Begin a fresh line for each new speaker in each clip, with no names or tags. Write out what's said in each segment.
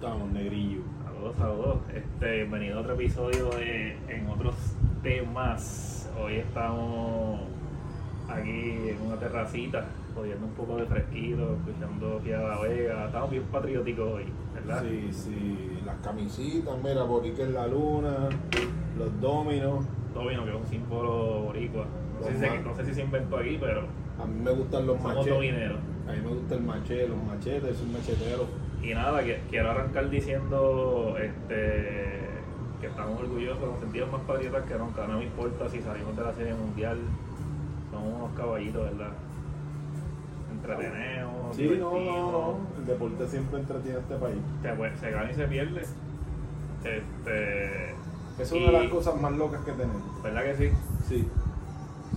con Negrillo.
Saludos, saludos. Este, bienvenido a otro episodio de En otros temas. Hoy estamos aquí en una terracita, jodiendo un poco de fresquito, escuchando Piedra Vega. Estamos bien patrióticos hoy, ¿verdad?
Sí, sí, las camisitas, mira, Borique en la Luna, los dominos.
Todo bien, que es un símbolo boricua. No sé, si se, no sé si se inventó aquí, pero
A mí me gustan los
somos
machetes.
domineros.
A mí me gustan el machete, los machetes, soy machetero.
Y nada, que- quiero arrancar diciendo este, que estamos orgullosos, nos sentimos más patriotas que nunca. No me importa si salimos de la serie mundial, somos unos caballitos, ¿verdad? Entretenemos,
Sí, no, no,
divertimos.
no. El deporte siempre entretiene a este país.
Se, pue- se gana y se pierde. Este,
Es una de
y-
las cosas más locas que tenemos.
¿Verdad que sí?
Sí,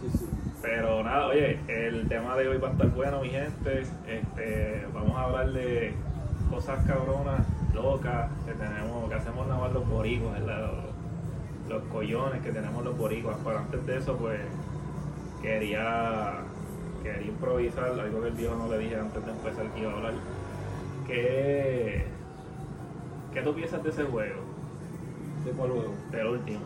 sí, sí.
Pero nada, oye, el tema de hoy va a estar bueno, mi gente. Este, vamos a hablar de cosas cabronas, locas, que tenemos, que hacemos nada más los boricuas, ¿verdad? Los, los collones que tenemos los boricuas. Pero antes de eso, pues, quería, quería improvisar algo que el Dios no le dije antes de empezar que iba a hablar. ¿Qué, qué tú piensas de ese juego?
¿De cuál juego?
Del último.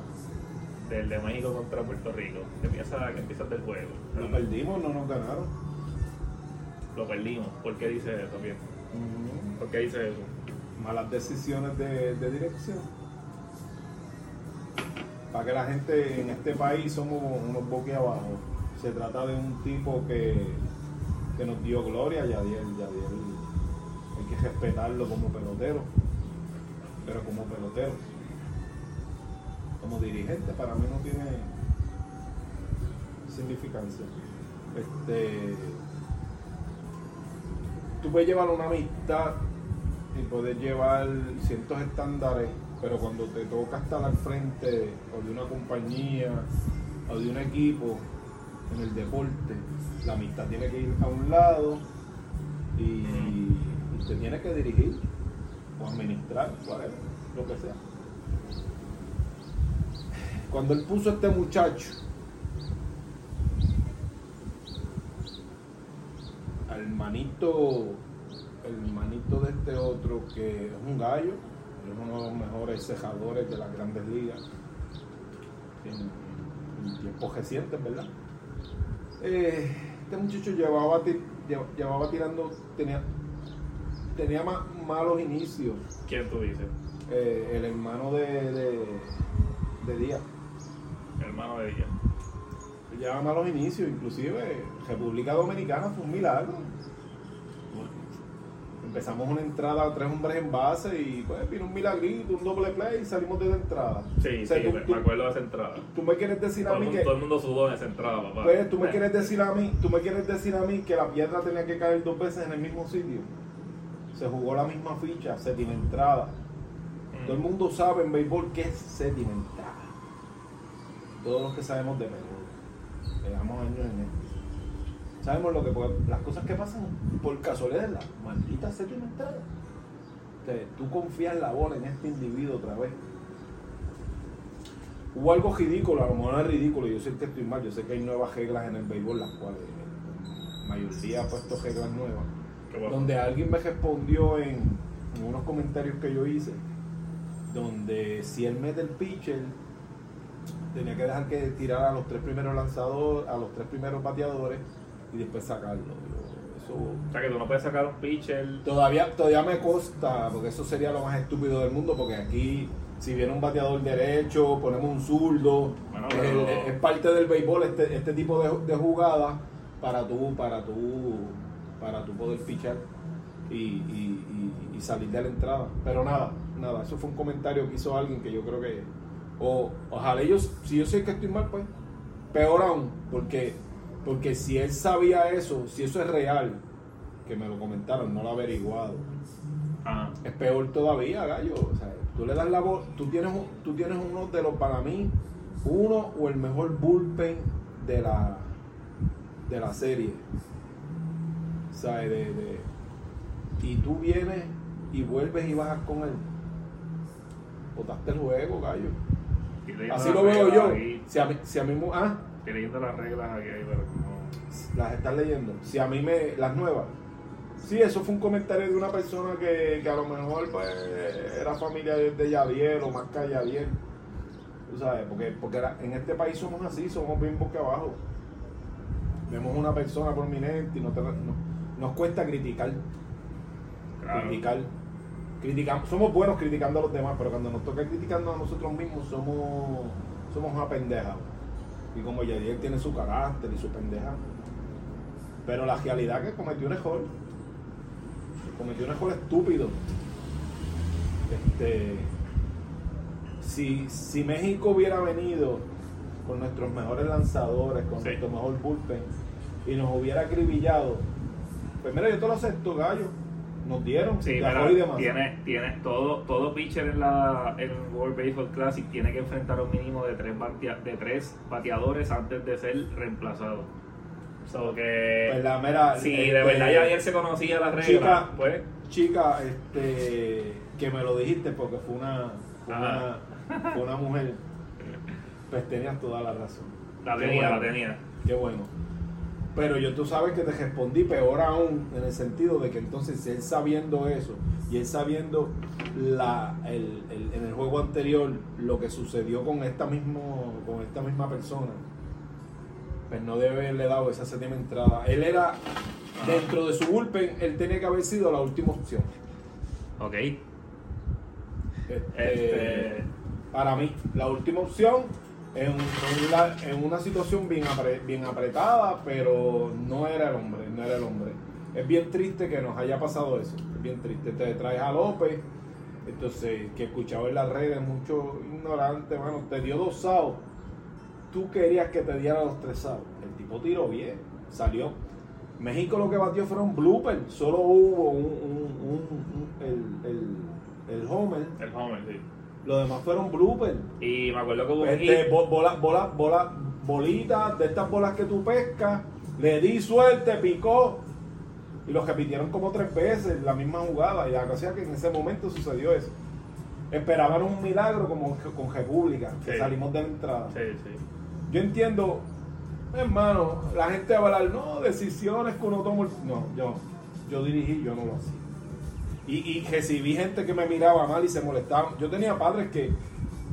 Del de México contra Puerto Rico. ¿Qué piensas, qué piensas del juego?
Lo perdimos, no nos ganaron.
lo perdimos. ¿Por qué dice eso? bien?
Ujú.
¿Por qué dice eso?
Malas decisiones de, de dirección. Para que la gente en este país somos unos boquiabajos. Se trata de un tipo que, que nos dio gloria, Yadiel, Yadiel. Hay que respetarlo como pelotero. Pero como pelotero. Como dirigente, para mí no tiene significancia. Este tú puedes llevar una amistad y puedes llevar ciertos estándares, pero cuando te toca estar al frente o de una compañía o de un equipo en el deporte, la amistad tiene que ir a un lado y, y te tiene que dirigir o administrar, whatever, lo que sea. Cuando él puso a este muchacho al manito, el manito de este otro que es un gallo, él es uno de los mejores cejadores de las grandes ligas en, en tiempos recientes, ¿verdad? Eh, este muchacho llevaba, ti- lle- llevaba tirando, tenía, tenía ma- malos inicios,
¿Quién tú dices?
eh, el hermano de, de, de Díaz.
Hermano de ella.
Llevaba malos inicios, inclusive República Dominicana fue un milagro. Empezamos una entrada a tres hombres en base y pues vino un milagrito, un doble play y salimos de la entrada.
Sí,
O sea,
sí,
tú,
me,
tú-
me acuerdo de esa entrada.
tú me quieres decir
Todo
a
el,
mí
mundo,
que
todo el mundo sudó en esa entrada, papá.
pues, tú me
Eh,
quieres decir a mí, tú me quieres decir a mí que la piedra tenía que caer dos veces en el mismo sitio. Se jugó la misma ficha, séptima entrada.
mm,
Todo el mundo sabe en béisbol qué es séptima entrada. Todos los que sabemos de béisbol, llevamos años en esto. Sabemos lo que puede- las cosas que pasan por casualidad, la maldita séptima entrada. O sea, tú confías la bola en este individuo otra vez. Hubo algo ridículo, a lo mejor no es ridículo, yo sé que estoy mal, yo sé que hay nuevas reglas en el béisbol, las cuales la mayoría ha puesto reglas nuevas
qué guapo.
donde alguien me respondió en, en unos comentarios que yo hice, donde si él mete el pitcher, tenía que dejar que tirara a los tres primeros lanzadores, a los tres primeros bateadores y después sacarlo. Yo, eso
O sea, que tú no puedes sacar un pitcher.
Todavía, todavía me costa, porque eso sería lo más estúpido del mundo, porque aquí, si viene un bateador derecho, ponemos un zurdo,
Bueno,
es,
pero-
el- es parte del béisbol este, este tipo de, de jugadas para tú, para tú, para tú poder pichar y, y- y- y salir de la entrada. Pero nada, nada, eso fue un comentario que hizo alguien que yo creo que, o ojalá ellos, si yo sé que estoy mal, pues, peor aún, porque, porque si él sabía eso, si eso es real, que me lo comentaron, no lo he averiguado.
Ah,
Es peor todavía, gallo. O sea, tú le das la voz, tú tienes, un- tú tienes uno de los, para mí, uno o el mejor bullpen de la, de la serie. O sea, de, de- y tú vienes y vuelves y bajas con él. Botaste el juego, gallo.
estoy leyendo
Así
las
lo veo
reglas
yo.
aquí,
Si a mí, si a mí mu- ah,
Estoy leyendo las reglas aquí, pero como.
las estás leyendo. Si a mí me, las nuevas, Sí, eso fue un comentario de una persona que, que a lo mejor pues, era familia de, de Yadiel o más que Yadiel. Tú sabes, porque, porque era- en este país somos así, somos bien boca abajo. Vemos una persona prominente y no te- no- nos cuesta criticar.
Claro.
Criticar. Criticamos, somos buenos criticando a los demás, pero cuando nos toca criticando a nosotros mismos somos, somos una pendeja. Y como Yadiel tiene su carácter y su pendeja. Pero la realidad es que cometió un error. Cometió un error estúpido. Este, si, si México hubiera venido con nuestros mejores lanzadores, con
Sí.
nuestro mejor bullpen, y nos hubiera acribillado, pues mira, yo te lo acepto, gallo. Nos dieron,
Sí,
de
mira,
ajo y de masa.
tienes, tienes todo, todo pitcher en la en World Baseball Classic tiene que enfrentar un mínimo de tres batea- de tres bateadores antes de ser reemplazado. So que
Pues la mera-
si
este,
de verdad ya ayer se conocía la regla,
Chica.
pues
chica este que me lo dijiste porque fue una fue,
Ah.
una, fue una mujer pues tenías toda la razón
la
Qué
tenía, la
bueno,
tenía.
qué bueno pero yo tú sabes que te respondí peor aún en el sentido de que entonces él sabiendo eso y él sabiendo la el- el- en el juego anterior lo que sucedió con esta mismo con esta misma persona pues no debe haberle dado esa séptima entrada él era dentro de su bullpen él tenía que haber sido la última opción
Ok.
Este,
Este,
para mí, la última opción en, un- en la- en una situación bien, apre- bien apretada, pero no era el hombre, no era el hombre. Es bien triste que nos haya pasado eso, es bien triste. Te traes a López, entonces, que escuchaba en las redes, mucho ignorante, bueno, te dio dos saos, tú querías que te diera los tres saos. El tipo tiró bien, salió. México lo que batió fueron blooper, solo hubo un, un- un- un- el, el, el homer.
el Homer, sí.
Los demás fueron bloopers.
Y me acuerdo que hubo un
Este,
hit.
bo- bola- bola- bola- bolitas de estas bolas que tú pescas. Le di suerte, picó. Y los repitieron como tres veces la misma jugada. Y la cosa es que en ese momento sucedió eso. Esperaban un milagro como que- con República, que
Sí.
salimos de la entrada.
Sí, sí.
Yo entiendo, hermano, la gente va a hablar, no, decisiones que uno toma. No, yo, yo dirigí, yo no lo hacía. Y, y recibí gente que me miraba mal y se molestaban. Yo tenía padres que,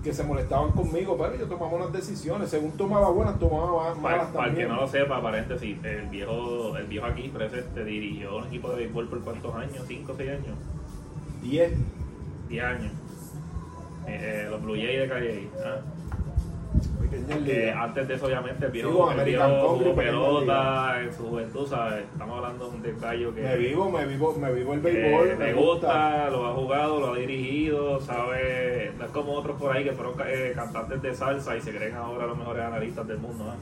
que se molestaban conmigo, pero yo tomaba unas decisiones. Según tomaba buenas, tomaba ma-
Para,
malas
para el que
también.
no lo sepa, paréntesis, el viejo, el viejo aquí presente dirigió un equipo de béisbol por cuántos años, 5 o 6 años,
Diez.
10 años. Eh, eh, los Blue Jays de Calle. ¿ah?
Pequeña
Eh,
liga.
antes de eso, obviamente, el
Sí, con
viejo, el
American
viejo
Country,
jugó
pequeña
pelota en su juventud, ¿sabes? Estamos hablando de un detalle que
me vivo, me vivo, me vivo el
que
béisbol.
le Eh, gusta, lo ha jugado, lo ha dirigido, sabe, no es como otros por ahí que fueron eh, cantantes de salsa y se creen ahora los mejores analistas del mundo. ¿ah?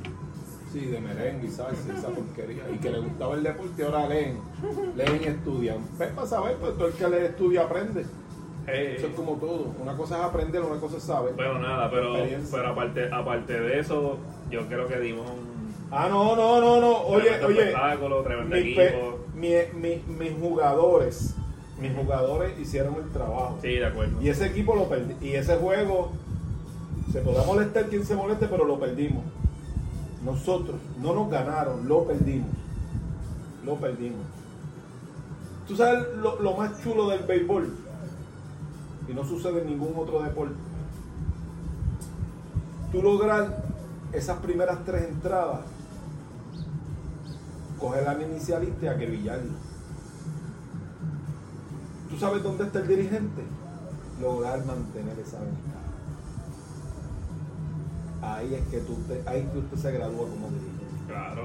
Sí, de merengue y salsa, esa porquería. Y que le gustaba el deporte, ahora leen. Leen y estudian. Pues para saber, pues todo el que le estudia aprende.
Eh, Pues,
Eso es como todo. Una cosa es aprender, una cosa es saber.
Bueno, nada, pero,
Experiencia.
pero aparte, aparte de eso, yo creo que dimos un
Ah, no, no, no, no. Oye,
tremendo
oye.
espectáculo, tremendo
Mis,
equipo.
pe-
pues,
mi- mi- mis jugadores, mis jugadores hicieron el trabajo.
Sí, de acuerdo.
Y ese equipo lo perdí. Y ese juego, se podrá molestar quien se moleste, pero lo perdimos. Nosotros no nos ganaron, lo perdimos. Lo perdimos. Tú sabes lo, lo más chulo del béisbol. Y no sucede en ningún otro deporte. Tú lograr esas primeras tres entradas, coger la inicialista y acribillarlo. ¿Tú sabes dónde está el dirigente? Lograr mantener esa ventaja. Ahí es que tú te- ahí es que usted se gradúa como dirigente.
Claro.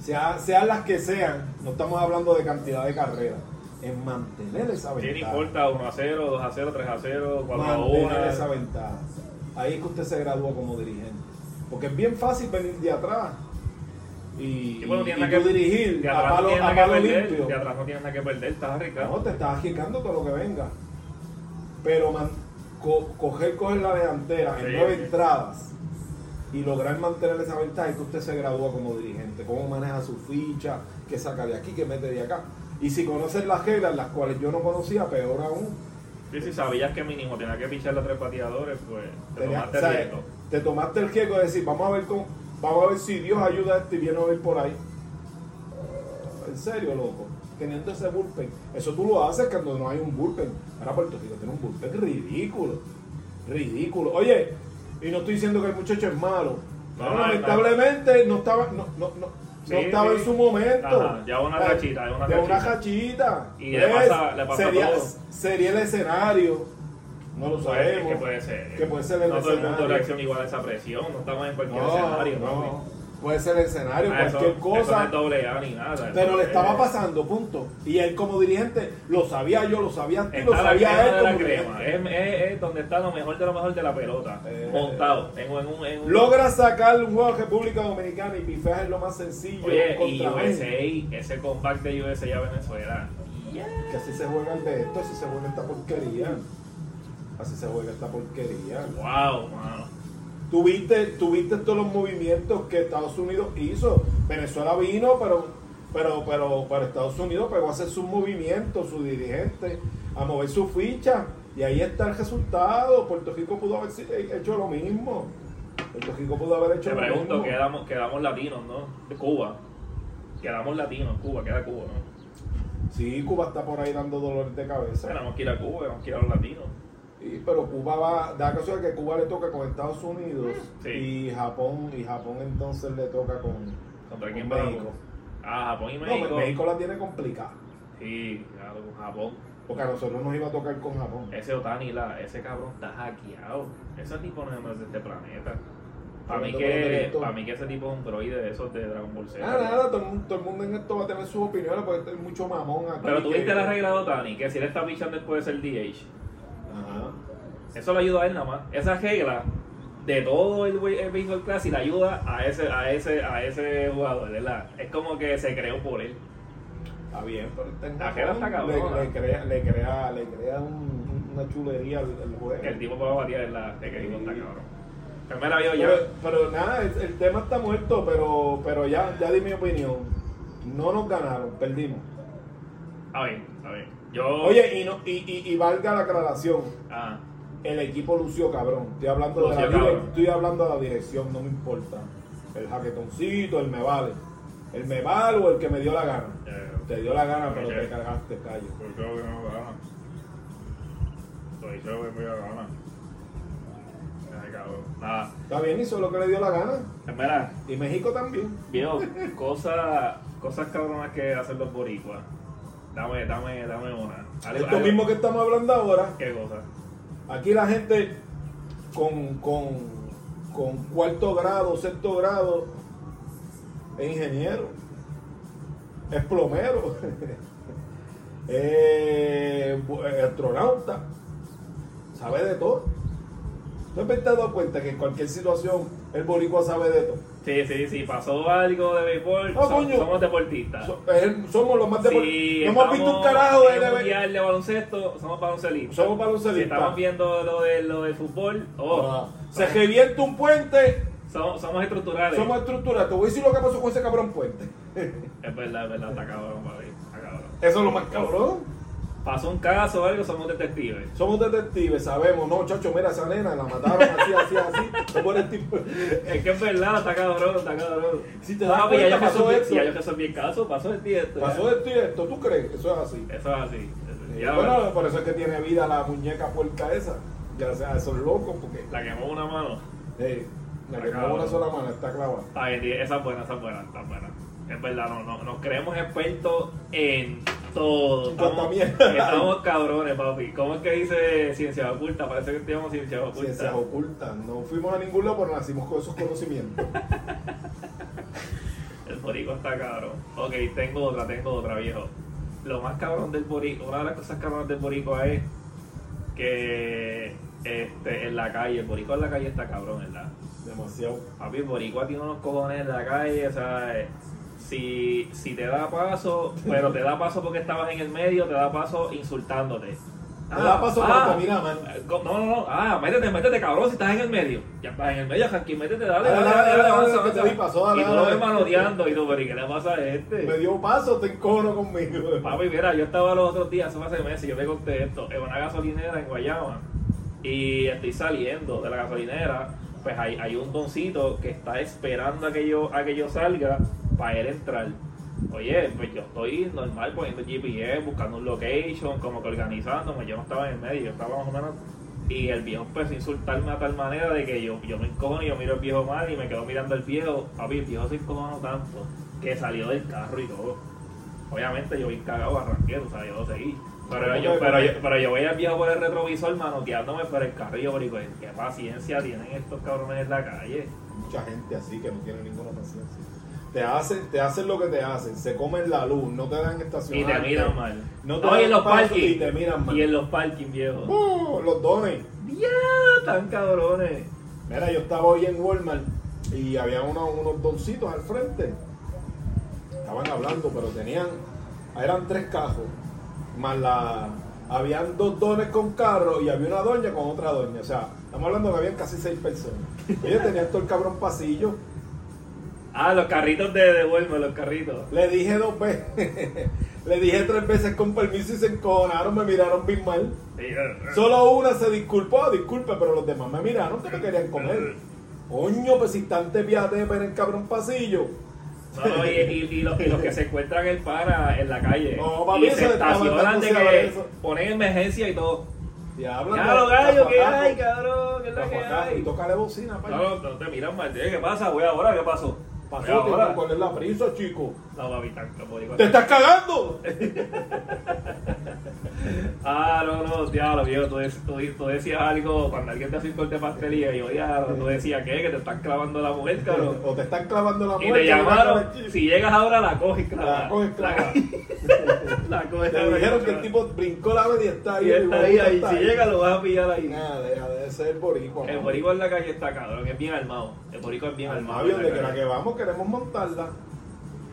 Sea- sean las que sean, no estamos hablando de cantidad de carreras, es mantener esa
Sí, no
ventaja.
importa 1 a 0, 2 a 0, 3 a 0, 4 a
mantener
1.
esa ventaja. Ahí es que usted se gradúa como dirigente. Porque es bien fácil venir de atrás y,
Y bueno,
y
tiene
tú
que
dirigir
De
a
atrás, no
palo,
tienes
a
nada que
palo
perder,
limpio.
de atrás no tienes nada que perder, estás
No,
arriesgado.
te estás agitando todo lo que venga. Pero man- co- coger, coger la delantera en
Sí,
nueve
sí.
entradas y lograr mantener esa ventaja es que usted se gradúa como dirigente, cómo maneja su ficha, qué saca de aquí, qué mete de acá. Y si conoces las reglas, las cuales yo no conocía, peor aún,
Sí, si sabías que mínimo tenías que pichar a tres bateadores, pues te
Tenía-
tomaste
o sea,
el riesgo.
te tomaste el riesgo de decir, vamos a ver cómo- vamos a ver si Dios ayuda a este y viene a ver por ahí. En serio, loco. teniendo ese bullpen. Eso tú lo haces cuando no hay un bullpen. Ahora Puerto Rico tiene un bullpen ridículo. Ridículo. Oye, y no estoy diciendo que el muchacho es malo.
No,
pero
no,
lamentablemente no estaba, no, no, no,
Sí,
no estaba
sí.
en su momento.
Ajá, ya una
Ay,
rachita, ya una
ya una
rachita.
rachita.
Y le
¿Ves?
pasa- le pasa
sería,
todo.
sería el escenario. No lo
Pues,
sabemos.
que puede ser.
Que puede ser el
no todo el mundo
escenario.
reacciona igual a esa presión. No estamos en cualquier
No,
escenario.
no.
papi.
Puede ser el escenario,
Ah, eso-
cualquier
eso no
cosa.
es doble A ni nada.
Pero le
Eso
estaba
es-
pasando, punto. Y él como dirigente, lo sabía yo, lo sabía tú, lo
Está la crema
sabía él
de eh. la
como
crema.
dirigente.
Es, es- es donde está lo mejor de lo mejor de la pelota.
Eh.
montado. En, un- en un, en un-
Logra sacar un juego a República Dominicana y Pifeja es lo más sencillo
Oye, y
contra
USA,
México.
ese comeback de USA a Venezuela.
Que así se juega el de esto, así se juega esta porquería. Así se juega esta porquería.
Wow, mano.
Tuviste, tuviste todos los movimientos que Estados Unidos hizo. Venezuela vino, pero, pero, pero, pero Estados Unidos pegó a hacer sus movimientos, su dirigente, a mover su ficha. Y ahí está el resultado. Puerto Rico pudo haber si- eh, hecho lo mismo. Puerto Rico pudo haber hecho
Te
lo
pregunto,
mismo.
quedamos, quedamos latinos, ¿no? De Cuba. Quedamos latinos, Cuba, queda Cuba, ¿no?
Sí, Cuba está por ahí dando dolores de cabeza.
Tenemos que ir a Cuba, tenemos que ir a los latinos.
Y- pero Cuba va, da la casualidad que Cuba le toca con Estados Unidos
Sí.
y Japón, y Japón entonces le toca con,
¿Contra
con
quién vamos?
México.
Ah, Japón y
No, pues,
México.
México la tiene complicada.
Sí, claro, con Japón.
Porque a nosotros nos iba a tocar con Japón.
Ese Otani, la, ese cabrón está hackeado. Ese tipo no es de este planeta. Para mí, que, para mí que ese tipo es un droide de esos de Dragon Ball Z.
Nada, nada, todo el, mundo, todo el mundo en esto va a tener sus opiniones porque hay mucho mamón aquí.
Pero
que-
tuviste la regla de Otani, que si él está pichando él puede ser DH.
Ajá.
Eso le ayuda a él nada más. Esa regla de todo el, we- el baseball class y le ayuda a ese, a ese, a ese jugador, ¿verdad? Es como que se creó por él.
Está bien, pero está en
La regla está
Japón, le-
cabrona.
le, crea, le crea, le crea un- una chulería al, al juego.
Que el tipo puede batear en la de que digo, está
Sí.
cabrón. Primera vio ya.
Pero, pero nada, el, el tema está muerto, pero, pero ya, ya di mi opinión. No nos ganaron, perdimos.
A ver, a ver. Yo.
Oye, y, no, y, y, y valga la aclaración,
Ah,
el equipo lució cabrón. Estoy hablando, de,
Lució
la dire-
cabrón.
estoy hablando de la dirección, no me importa. El jaquetoncito, el me vale. El me vale o el que me dio la gana.
eh,
Te dio la gana, pero
Ok.
te cargaste, callo.
Pues creo que no gana. Lo hice Pues que voy a ganar. Ay, cabrón. Nada.
Está bien, hizo lo que le dio la gana.
Espera,
Y México también.
viejo, cosas, cosas cabronas que hacen los boricuas. Dame, dame, dame una. Algo-
Esto
algo-
mismo que estamos hablando ahora,
¿Qué cosa?
aquí la gente con, con, con cuarto grado, sexto grado, es ingeniero, es plomero, es bu- es astronauta, sabe de todo. ¿No te has dado cuenta que en cualquier situación el boricua sabe de todo?
Sí, sí, sí, pasó algo de béisbol.
Ah,
som-
coño.
Somos deportistas.
So- es- somos los más deportistas.
Sí,
no hemos visto un carajo de, de-
mundial de baloncesto, somos baloncelistas.
Somos baloncelistas.
Si estamos viendo lo de lo del fútbol, oh,
Ah, Se revienta un puente,
somos, somos estructurales.
somos estructuras. Te voy a decir lo que pasó con ese cabrón puente.
Es verdad, es verdad, está cabrón, papi, está cabrón.
Eso es lo más cabrón.
Pasó un caso o algo, somos detectives.
Somos detectives, sabemos, no, chacho, mira esa nena, la mataron así, así, así. Somos el tipo.
Es que es verdad, está cabrón, está cabrón.
Si te das
Papi, ya
cuenta,
yo que
pasó
soy-
esto.
Ya yo que soy bien caso, pasó el día.
Pasó esto y esto, ¿tú crees? Eso es así.
Eso es así. Eso- Ya,
bueno, por eso es que tiene vida la muñeca puerca esa. Gracias a esos locos, porque
La quemó una mano.
eh, la que
Acabado.
con una sola mano está clavada.
Está bien, tía, esa es buena, esa es buena, esa es buena. Es verdad, no, no, nos creemos expertos en todo.
En cuanto a
Estamos,
mierda.
estamos cabrones, papi. ¿Cómo es que dice ciencia oculta? Parece que tenemos ciencia oculta.
Ciencias ocultas. No fuimos a ningún lado, pero nacimos con esos conocimientos.
El borico está cabrón. Ok, tengo otra, tengo otra, viejo. Lo más cabrón del borico, una de las cosas cabronas del borico es que este, en la calle, el borico en la calle está cabrón, ¿verdad?
Demasiado.
Papi, el boricua tiene unos cojones en la calle, o sea, eh, si, si te da paso, pero te da paso porque estabas en el medio, te da paso insultándote.
Te
Ah,
da paso para caminar, man.
eh, co- No, no, no, ah, métete, métete, cabrón, si estás en el medio. Ya estás en el medio, Hanky, métete, dale, dale,
Dale, dale,
dale,
dale,
avanza,
que te
avanza.
di paso, dale,
Y tú
dale,
lo ves
dale.
manoteando, y tú, pero ¿y qué le pasa a este?
Me dio un paso, te encono conmigo.
Papi, mira, yo estaba los otros días, hace hace meses, yo te conté esto, en una gasolinera en Guayama. Y estoy saliendo de la gasolinera, pues hay, hay un doncito que está esperando a que yo, a que yo salga para él entrar. Oye, pues yo estoy normal poniendo GPS, buscando un location, como que organizándome. Yo no estaba en el medio, yo estaba más o menos. Y el viejo empezó a insultarme a tal manera de que yo, yo me encojono y yo miro al viejo mal y me quedo mirando al viejo. Papi, el viejo se encojonó tanto que salió del carro y todo. Obviamente yo bien cagado arranquero, o sea, yo lo seguí. Pero yo, pero, yo, pero yo veía al viejo por el retrovisor manoteándome por el carro y yo, digo, qué paciencia tienen estos cabrones en la calle.
Mucha gente así que no tiene ninguna paciencia. Te hacen, te hacen lo que te hacen, se comen la luz, no te dan
Y te
estacionar.
miran mal.
No
No,
te
y
dan
en los
paso
parking.
y te miran mal.
Y en los parking, viejo.
¡Oh! Los dones.
¡Ya! Tan cabrones.
Mira, yo estaba hoy en Walmart y había uno- unos doncitos al frente. Estaban hablando, pero tenían. Eran tres cajos. Más la. Habían dos dones con carro y había una doña con otra doña. O sea, estamos hablando que habían casi seis personas. Ella tenía todo el cabrón pasillo.
Ah, los carritos de devuelvo, los carritos.
Le dije dos veces. Le dije tres veces con permiso y se encojonaron, me miraron bien mal.
eh,
Solo una se disculpó, disculpe, pero los demás me miraron que me querían comer. Coño, pues si están te piate en el cabrón pasillo.
No, no, y, y- y los, y los que se encuentran el para en la calle.
No, papi,
y
eso
se
de-
estacionan de
estaba
que
eso.
ponen emergencia y todo.
Diablo,
Ya lo gallo, ¿qué hay, cabrón? ¿Qué es lo que hay?
Tócale bocina, pa.
No, no, no te miran mal. ¿Qué pasa? Voy ahora, ¿qué pasó? Voy
Pasó,
ahora.
tío, ¿cuál es la prisa, chico?
No, papi, tampoco digo.
¡Te estás cagando!
Ah, no, no, diablo, viejo, tú, dec- tú, tú decías algo cuando alguien te hacía un corte de pastelería y yo, diablo, tú decías, ¿qué? Que te están clavando la mujer, cabrón.
O te están clavando la
Y
muerte.
te llamaron,
la-
si llegas ahora la coges, clavada.
La coges clavada.
La coges
Te
clavada.
dijeron que el tipo brincó la media y está ahí.
Y él está ahí,
boricua
ahí,
está
si
ahí.
llega lo vas a pillar ahí.
Nada, deja de ser boricua.
El
mano.
boricua en la calle está cabrón, es bien armado. El boricua es bien
Al
armado.
Mavi,
en la
donde quiera
calle.
que vamos, queremos montarla.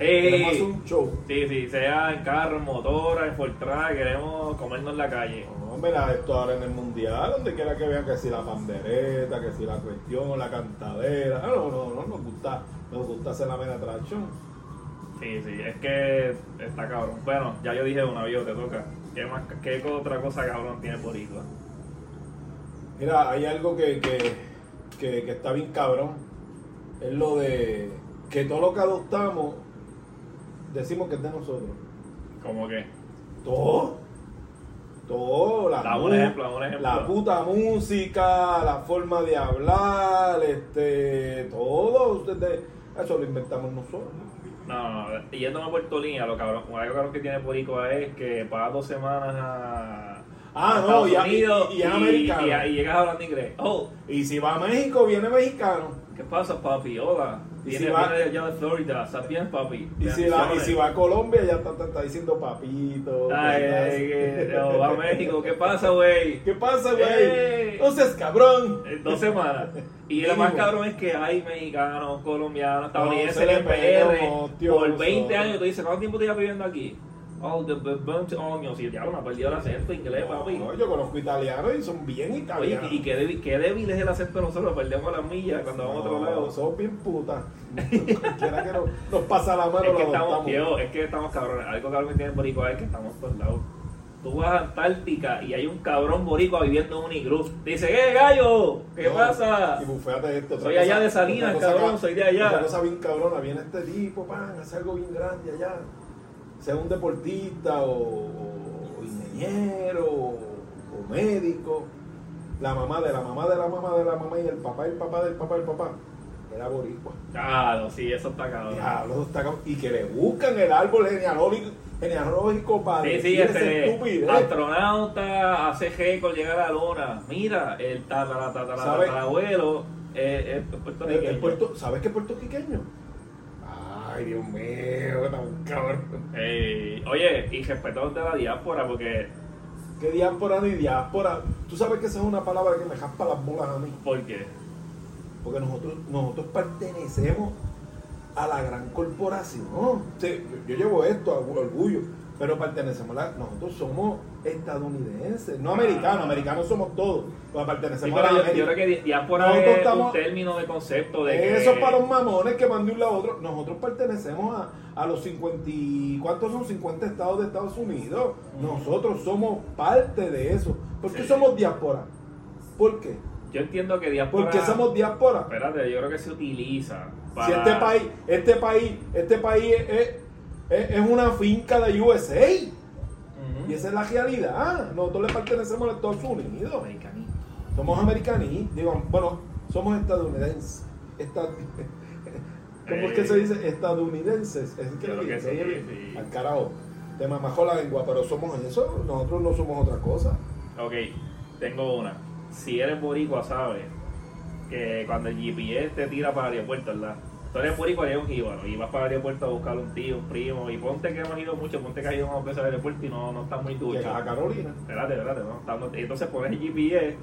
Eh.
Queremos hacer
Ey,
un show.
Sí, sí, sea en carro, en motora, en Fortran, queremos comernos en la calle.
No, mira, esto ahora en el mundial, donde quiera que vean que si la pandereta, que si la cuestión, la cantadera. Ah, No, no, no, nos gusta, nos gusta hacer la mera atracción.
Sí, sí, es que está cabrón. Bueno, ya yo dije una viejo, te toca. ¿Qué, más, ¿Qué otra cosa cabrón tiene el boricua?
Mira, hay algo que, que, que- que está bien cabrón. Es lo de que todo lo que adoptamos decimos que es de nosotros.
Como que,
Todo. Todo. La,
Dame un
mu-
ejemplo, dame un ejemplo.
la puta música, la forma de hablar, este, todo. Desde- eso lo inventamos nosotros.
no, no, no, yéndome a Puerto Línea, lo cabrón, algo cabrón que tiene el boricua es que pagas dos semanas a,
Ah,
a
no,
Estados
y a-
Unidos
y- y a americano.
y a- y llegas hablando inglés. Oh,
Y si va a México, viene mexicano.
¿qué pasa, papi? Hola.
Y
Viene,
si va-
viene de allá de Florida, ¿estás bien, papi?
Y si, la- y si va a Colombia, ya está, está- está diciendo papito.
Ay,
cosas así.
ay, que- no, va a México, ¿qué pasa, güey?
¿Qué pasa,
Ey.
güey? No seas cabrón.
Eh, Dos semanas. Y lo
Mínimo.
más cabrón es que hay mexicanos, colombianos,
se
estadounidenses,
le
en PR.
pegó, tío,
por 20
eso.
años tú dices, ¿cuánto tiempo te llevas viviendo aquí? Oh, de 20 años. Y ya uno ha perdido el acento inglés, papi.
No, yo conozco italianos y son bien
Oye,
italianos.
y qué débil, qué débil es el acento de nosotros, perdemos las millas cuando vamos a otro
No,
lado.
Son bien putas. Cualquiera que nos, nos pasa la mano,
Es que
lo
estamos
adoptamos.
viejos, es que estamos cabrones. Algo cabrón que tiene el boricua es que estamos por lado. Tú vas a Antártica y hay un cabrón boricua viviendo en un iglú. Te Dice, ¡eh, gallo! ¿Qué
No,
pasa?
Y buféate esto. otra
Soy allá de Salinas,
otra cosa
cabrón,
que-
soy de allá.
Otra cosa bien cabrona, viene este tipo, pan, hace algo bien grande allá. Sea un deportista o, o ingeniero o, o médico. La mamá de la mamá de la mamá de la mamá y el papá, el papá del papá, el papá. Era boricua.
Claro, Ah, sí, eso está cabrón.
Diablo, está cabrón. Y que le buscan el árbol genealógico, genealógico para
Sí, sí,
decir esa
este,
estupidez.
astronauta hace G con llegar a la luna. Mira, el tatara, tatara,
¿Sabe?
tatarabuelo eh, es
El-
puertorriqueño.
el puerto- ¿Sabes qué es puertorriqueño? Ay, Dios mío, tan cabrón.
Ey, Eh, oye, y respeto de la diáspora porque,
¿Qué diáspora ni diáspora? Tú sabes que esa es una palabra que me jaspa las bolas a mí.
porque
Porque nosotros, nosotros pertenecemos a la gran corporación. Sí, yo, yo llevo esto, orgu- orgullo. Pero pertenecemos a la. Nosotros somos estadounidenses, no americanos. Americanos somos todos. Pero
Ah. sí,
pertenecemos
pero
a la
yo, yo creo
América.
que di- diáspora
Nosotros
es
estamos-
un término de concepto de que
Eso es para los mamones que van de un lado a otro. Nosotros pertenecemos a, a los 50. y- ¿Cuántos son 50 estados de Estados Unidos? Nosotros somos parte de eso. ¿Por qué
Sí.
somos diáspora? ¿Por qué?
yo entiendo que diáspora
Porque somos diáspora.
espérate, yo creo que se utiliza para
Si este país, este país, este país es, es- Es, es una finca de USA. Y esa es la realidad. Ah, nosotros le pertenecemos a los Estados Unidos.
Americanito.
Somos americanos. Digo, bueno, somos estadounidenses. Esta- ¿Cómo es que se dice? Estadounidenses. Es que,
Creo
lo
que
dice,
sí,
oye,
sí.
Al carajo. Te mamajó la lengua, pero somos eso. Nosotros no somos otra cosa.
Ok, tengo una. Si eres boricua, sabes que cuando el GPS te tira para el aeropuerto, ¿verdad? Tú eres boricua, eres un jíbaro y vas para el aeropuerto a buscar un tío, un primo, y ponte que hemos ido mucho, ponte que has ido unas veces al aeropuerto y no, no estás muy ducho.
Llegas a Carolina.
Espérate, espérate, no, está- no- entonces pones el GPS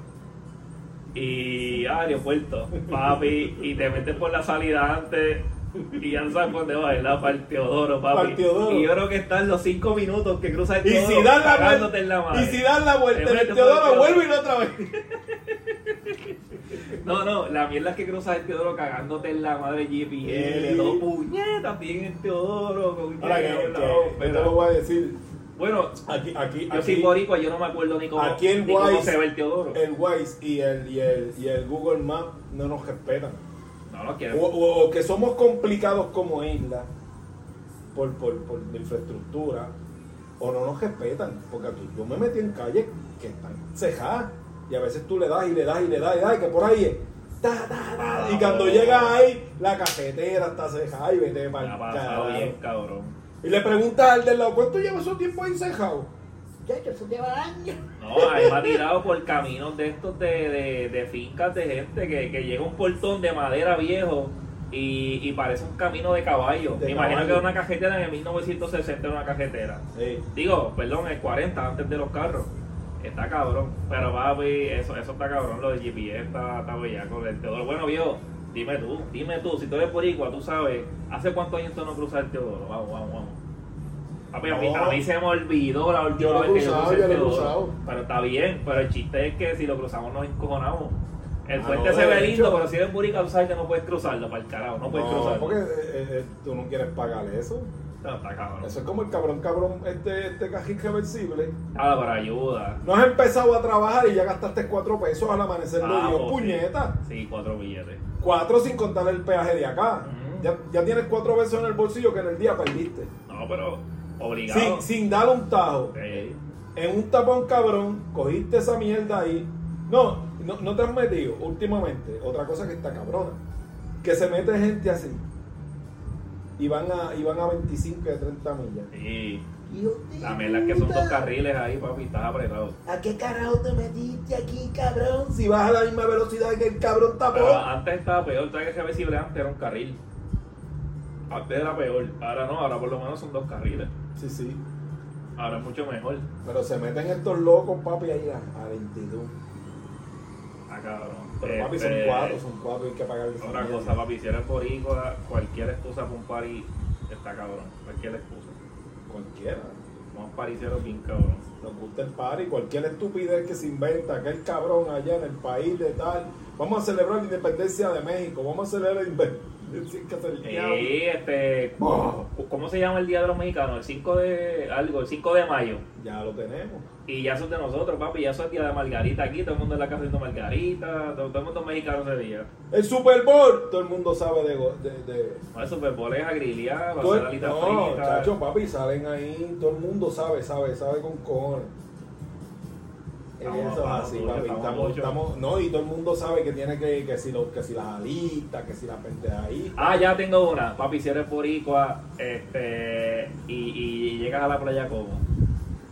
y ah, aeropuerto, papi, y te metes por la salida antes y ya no sabes por dónde vas, ¿verdad? Para el Teodoro, papi.
Para el Teodoro.
Y yo creo que están los cinco minutos que cruzas el
Y
Teodoro
si dan la
cagándote
vuelta,
en la madre.
y si dan la vuelta, en el Teodoro vuelve y no otra vez.
No, no, la mierda es que cruzas el Teodoro cagándote en la madre GPS,
Sí.
dos puñetas bien el Teodoro. con-
Ahora que,
con la
que- yo te
ópera.
lo voy a decir,
Bueno,
aquí, aquí,
yo soy
aquí,
boricua, yo no me acuerdo ni cómo,
aquí el
ni cómo
Wise-
se ve el Teodoro.
el Waze y el, y el, y el Google Maps no nos respetan.
No, no quiero.
O, o- o que somos complicados como isla por, por, por la infraestructura, o no nos respetan. Porque tú- yo me metí en calles que están cejadas, y a veces tú le das y le das y le das y le das, y que por ahí es. ta, ta, ta, y cuando llegas ahí, la cafetera está cejada y vete
Me
para
ha pasado bien, cabrón.
Y le preguntas al del lado, ¿cuánto lleva su tiempo ahí cejado? Ya, que eso lleva años.
No, ahí me ha tirado por caminos de estos de, de, de fincas de gente que, que llega un portón de madera viejo y, y parece un camino de caballo.
De
Me imagino
caballo.
que era una cajetera en el 1960 era una cajetera.
Sí.
Digo, perdón, el 40 antes de los carros. Está cabrón. Pero papi, eso, eso está cabrón. Lo de GPS está, está bellaco. El Teodoro, bueno, viejo, dime tú, dime tú. Si tú eres boricua, tú sabes. ¿Hace cuántos años tú no cruzas el Teodoro? Vamos, vamos, vamos. Papi, a, mí,
No.
a mí se me olvidó la última
Yo lo he
vez que
cruzado,
yo crucé el
yo lo he
Teodoro.
cruzado.
Pero está bien, pero el chiste es que si lo cruzamos nos encojonamos. El
Ah,
puente
no,
se ve
de
lindo,
hecho.
pero si eres boricua, tú sabes que no puedes cruzarlo para el carajo. No puedes
No,
cruzarlo.
porque eh, eh, tú no quieres pagar eso.
No, está cabrón.
Eso es como el cabrón, cabrón, este, este cajín reversible.
Nada, para Ah, ayuda.
No has empezado a trabajar y ya gastaste cuatro pesos al amanecer de
Ah,
Dios,
pues,
puñeta.
Sí, cuatro billetes.
Cuatro sin contar el peaje de acá.
Mm.
Ya, ya tienes cuatro pesos en el bolsillo que en el día perdiste.
No, pero obligado.
Sin, sin dar un tajo.
Eh,
En un tapón cabrón, cogiste esa mierda ahí. No, no, no te has metido últimamente. Otra cosa que está cabrona. Que se mete gente así. Y van a, y van a 25 y a 30 millas.
sí.
Hijo de
La mierda es que son
puta.
dos carriles ahí, papi, estás apretado.
¿A qué carajo te metiste aquí, cabrón?
Si vas a la misma velocidad que el cabrón
Pero
tapón.
antes estaba peor, traje ese visible antes era un carril. Antes era peor, ahora no, ahora por lo menos son dos carriles.
Sí, sí.
Ahora es mucho mejor.
Pero se meten estos locos, papi, ahí a, a 22.
Ah, cabrón.
Pero papi, son
Este,
cuatro, son cuatro, hay que pagar esa
Otra
mierda.
cosa, papi, si eres boricua, cualquier excusa para un party está cabrón. Cualquier excusa.
Cualquiera.
Somos paricieros bien cabrón.
Nos gusta el party, cualquier estupidez que se inventa, aquel cabrón allá en el país de tal. Vamos a celebrar la independencia de México, vamos a celebrar la independencia que se le
Eh, este,
Bah.
¿Cómo se llama el Día de los Mexicanos? El 5 de... algo, el 5 de mayo.
Ya lo tenemos.
Y ya son de nosotros, papi, ya son día de Margarita aquí, todo el mundo en la casa haciendo Margarita, todo, todo el mundo mexicano ese día.
El Super Bowl, todo el mundo sabe de. go- de, de-
No es Super Bowl, es agrilear, va a
todo
ser
el-
alita
no,
frita.
chacho, papi, salen ahí, todo el mundo sabe, sabe, sabe con cojones.
Estamos
Eso es
abajo,
así,
estamos
papi. Estamos,
ocho.
estamos- no, y todo el mundo sabe que tiene que, que si lo, que si las alitas, que si la ahí.
Ah, ya tengo una. Papi, si eres boricua este, y, y llegas a la playa como.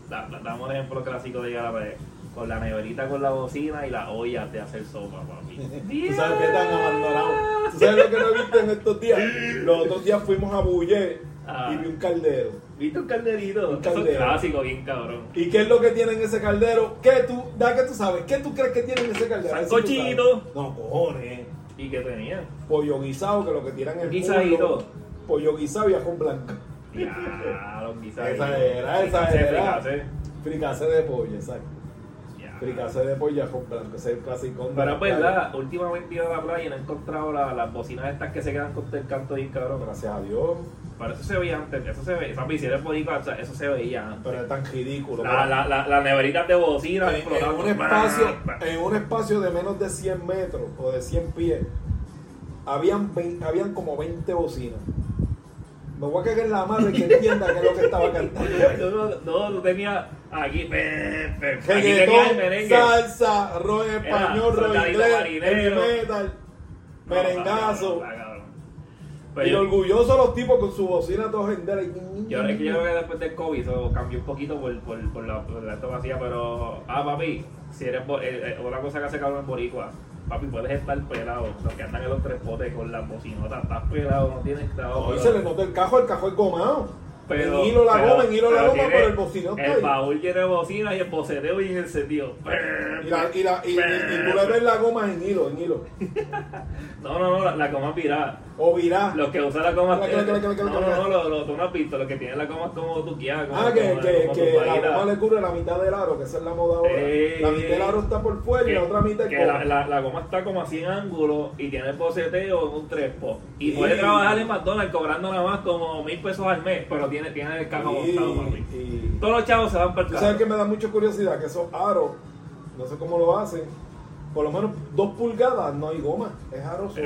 Da- da- damos un ejemplo clásico de llegar a la playa. Con la neverita, con la bocina y la olla de hacer sopa, papi.
Tú sabes que tan abandonado. Tú sabes lo que no viste en estos días. Los otros días fuimos a Buller
Ah.
y vi un caldero.
¿Viste un calderito?
Un
Eso es
caldero.
clásico, bien cabrón.
¿Y qué es lo que tiene en ese caldero? ¿Qué tú, da que tú sabes? ¿Qué tú crees que tiene en ese caldero? A ver si tú sabes.
Sancochito.
No, cojones.
¿Y qué tenía?
Pollo guisado, que lo que tiran es
Guisadito.
muslo. Pollo guisado y ajón blanco.
Ya, los guisados.
Esa era, esa
Fricase,
era.
fricase.
Fricase de pollo, exacto.
Ya.
Fricase de pollo y ajón blanco. Ese es el clásico.
Pero pues, es verdad, últimamente he ido a la playa y no he encontrado la- las bocinas estas que se quedan con el canto bien cabrón.
Gracias a Dios.
Pero eso se veía antes, eso se veía, papi, si eres boricua, o sea, eso se veía antes.
Pero es tan ridículo.
La, la, la, las neveritas de bocina
en, en
explotaban.
un espacio,
Bah, bah.
en un espacio de menos de 100 metros o de 100 pies, habían, vein- habían como 20 bocinas. Me voy a cagar en la madre que entienda que es lo que estaba cantando.
Yo no, no, tú tenías aquí, pe, pe, aquí tenías el
Reggaetón,
merengue.
salsa, rock en
Era
español, rock
soldadito
inglés,
marinero.
heavy metal,
No,
merengazo.
está cabrón, está cabrón.
y
Pero yo,
orgullosos los tipos con su bocina todos en
yo, es que yo creo que después del COVID eso cambió un poquito por, por, por la, por la tomacía, pero, ah, papi, si eres, bo- eh, eh, otra cosa que hace cabrón en boricua, papi, puedes estar pelado, los que andan en los tres potes con las bocinotas, estás pelado, no tienes trabajo.
Hoy se le nota el cajo, el cajo es gomado.
Pero,
en hilo la
pero-
goma, en hilo la
pero
goma,
tiene-
pero el bocineo está
El
ahí.
baúl tiene bocina y el boceteo y en el sentido.
Y, la, y, la, y, y- y tú le ves la goma en hilo, en hilo.
No, no, no, la, la coma es virada.
O virá.
Los que usan la coma.
Claro, claro, claro, claro,
no, no,
claro.
no, lo, lo, tú no has visto. Los que tienen la coma es como tuqueada. Como,
Ah, que,
como-
que,
como
que la
tumbadita.
goma le cubre la mitad del aro, que esa es la moda ahora.
Eh,
la mitad del aro está por fuera Pues, y la
Que-
otra mitad es
que la,
como.
la, la goma está como así en ángulo y tiene el boceteo en un trespo. Y
Sí.
puede trabajar en McDonald's cobrando nada más como mil pesos al mes, pero tiene, tiene el cajo
Y-
montado, papi.
y-
Todos los chavos se van para el
Tú
carro.
sabes que me da mucha curiosidad que esos aros, no sé cómo lo hacen, por lo menos dos pulgadas no hay goma, es aro solo.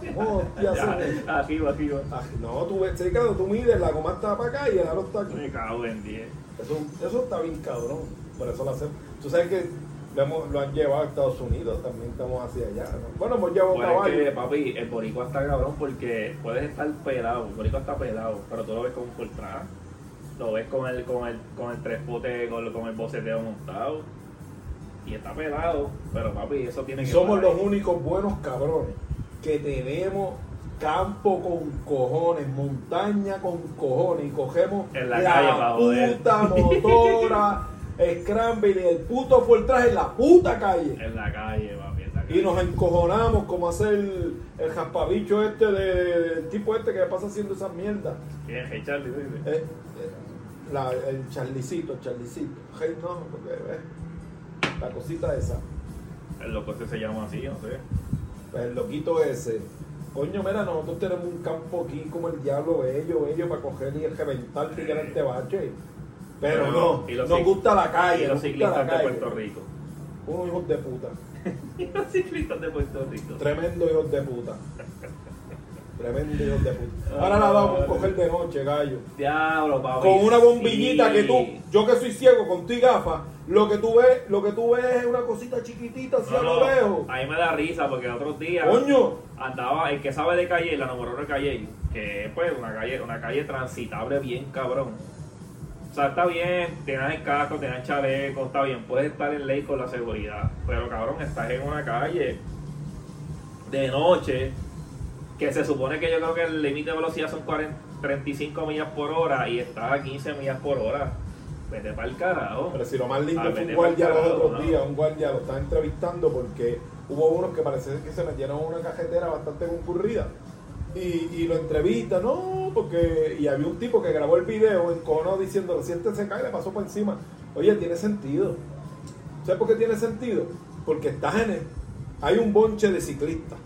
Claro.
Hostia, se-
Ya, Aquí va, aquí va.
Ah, No, tú ves, sí, claro, tú mides, la goma está para acá y el aro está aquí.
Me cago en 10.
Eso, eso está bien cabrón, por eso lo hacen. Tú sabes que lo, hemos- lo han llevado a Estados Unidos, también estamos hacia allá. ¿no? Bueno, pues hemos llevado
Bueno, es
caballos.
que, papi, el boricua está cabrón porque puedes estar pelado, el boricua está pelado, pero tú lo ves con un full track, lo ves con el, con el, con el tres pote, con, con el boceteo montado, y está pelado, pero papi, eso tiene que
Somos
parar.
los únicos buenos cabrones que tenemos campo con cojones, montaña con cojones y cogemos
En la calle pa' joder.
puta motora, Scramble y el puto Fortraje en la puta calle.
en la calle, papi, en la calle.
Y nos encojonamos como hace el, el jaspabicho este de- del tipo este que pasa haciendo esas mierdas.
¿Qué? Hey, Charlie, sí, sí.
Eh, eh, la- el charlicito, el charlicito. Hey, no, porque, eh, la cosita esa.
El loco ese se llama así, no sé.
El loquito ese. Coño, mira, nosotros tenemos un campo aquí como el diablo bello, bello, para coger y reventar y tirar este bache. Pero
Pero
no,
y los
nos
cicl-
gusta Ah, la
y
calle,
los
nos gusta
ciclistas
la
de
calle.
Puerto Rico.
Unos hijos de puta,
Y los ciclistas de Puerto Rico.
tremendo hijos de puta. Tremendo hijos de
Ah,
puta. Ahora la vamos a coger de noche, gallo.
Diablo, papi.
Con una bombillita
sí.
que tú, yo que soy ciego con tu y gafas, lo que tú ves, lo que tú ves es una cosita chiquitita hacia
No,
lo lejos.
no, a mí me da risa porque otros días
Coño,
andaba el que sabe de calle, la número uno de calle, que es pues una calle, una calle transitable bien cabrón. O sea, está bien, tenés el casco, tenés el chaleco, está bien, puedes estar en ley con la seguridad, pero cabrón, estás en una calle de noche que se supone que yo creo que el límite de velocidad son 40, 35 millas por hora y estás a 15 millas por hora. Vete para el carajo.
Pero si lo más lindo
Ah,
fue un
vete
guardia
pa'l
los
carajo,
otros
¿no?
días, un guardia lo estaba entrevistando porque hubo unos que parecía que se metieron en una cajetera bastante concurrida. Y, y lo entrevista, no, porque. Y había un tipo que grabó el video en cono diciéndole: si este se cae, le pasó por encima. Oye, tiene sentido. ¿Sabes por qué tiene sentido? Porque estás en el- Hay un bonche de ciclistas.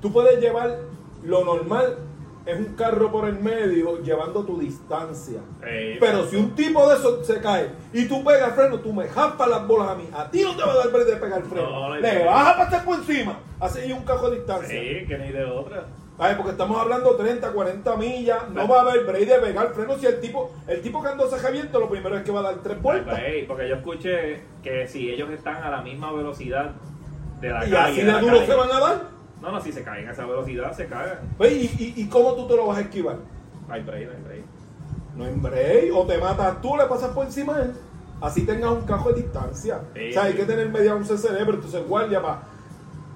Tú puedes llevar. Lo normal es un carro por el medio llevando tu distancia.
Eh,
Pero si un tipo de eso se cae y tú pegas el freno, tú me jaspas las bolas a mí. A ti no te va a dar break de pegar el freno.
No, no,
Le
no.
vas a pasar por encima. Así un cajo de distancia.
Sí, que ni de otra.
Ay, porque estamos hablando 30, 40 millas. No va a haber break de pegar el freno. Si el tipo, el tipo que andó abierto, lo primero es que va a dar tres vueltas.
Ay, pero, Pues, ey, porque yo escuché que si ellos están a la misma velocidad de la
Y
calle.
así
la
de duro
calle-
se van a dar.
No, no, si se caen a esa velocidad, se cagan.
Ve, ¿Y, y, y cómo tú te lo vas a esquivar?
Ay, break, ay, break.
No en break. O te matas tú, le pasas por encima a él. Así tengas un cajo de distancia.
Sí.
O sea, hay que tener media once cerebro, entonces guardia para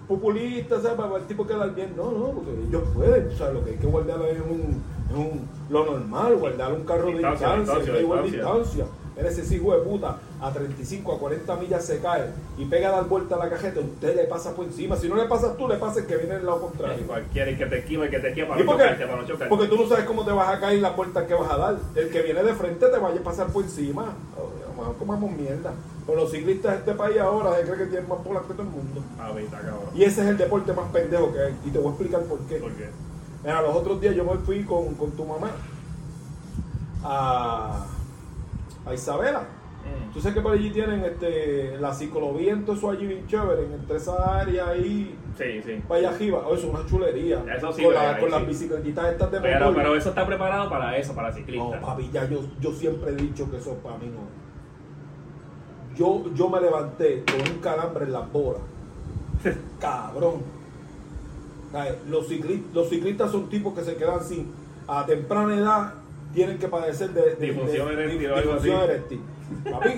populista, ¿sabes? Para el tipo quedar bien. No, no, porque ellos pueden. O sea, lo que hay que guardar es un, es un- lo normal, guardar un carro de
Distancia,
distancia,
distancia,
que hay buena
distancia.
distancia. Eres ese hijo de puta, a 35, a 40 millas se cae y pega a dar vuelta a la cajeta, usted le pasa por encima. Si no le pasas tú, le pasa el que viene del lado contrario.
Y Cualquiera el que te esquiva, el que te esquiva para
¿Y
no
por qué?
chocarte, para no chocarte.
Porque tú no sabes cómo te vas a caer la puerta que vas a dar. El que viene de frente te vaya a pasar por encima. A lo mejor comamos mierda. Pero los ciclistas de este país ahora se creen que tienen más polas que todo el mundo.
A ver, está cabrón.
Y ese es el deporte más pendejo que hay. Y te voy a explicar por qué.
¿Por qué?
Mira, los otros días yo me fui con, con tu mamá a, a Isabela
Mm.
Yo sé que por allí tienen este, la ciclovía, entonces eso allí bien chévere, entre esa área ahí,
Sí, sí.
para allá arriba. Oh, eso es una chulería.
Eso sí,
con
lo
la-
hay,
con
sí.
las bicicletitas estas de
Pero,
motor.
pero eso está preparado para eso, para
No,
ciclistas.
papi, ya yo, yo siempre he dicho que eso para mí no. es. Yo, yo me levanté con un calambre en las bolas. Cabrón. ¿Sabes? Los, cicli- los ciclistas son tipos que se quedan sin. A temprana edad tienen que padecer de. de-
Disfunción
de-
eréctil
di-
o algo así.
disfunción eréctil. Papi,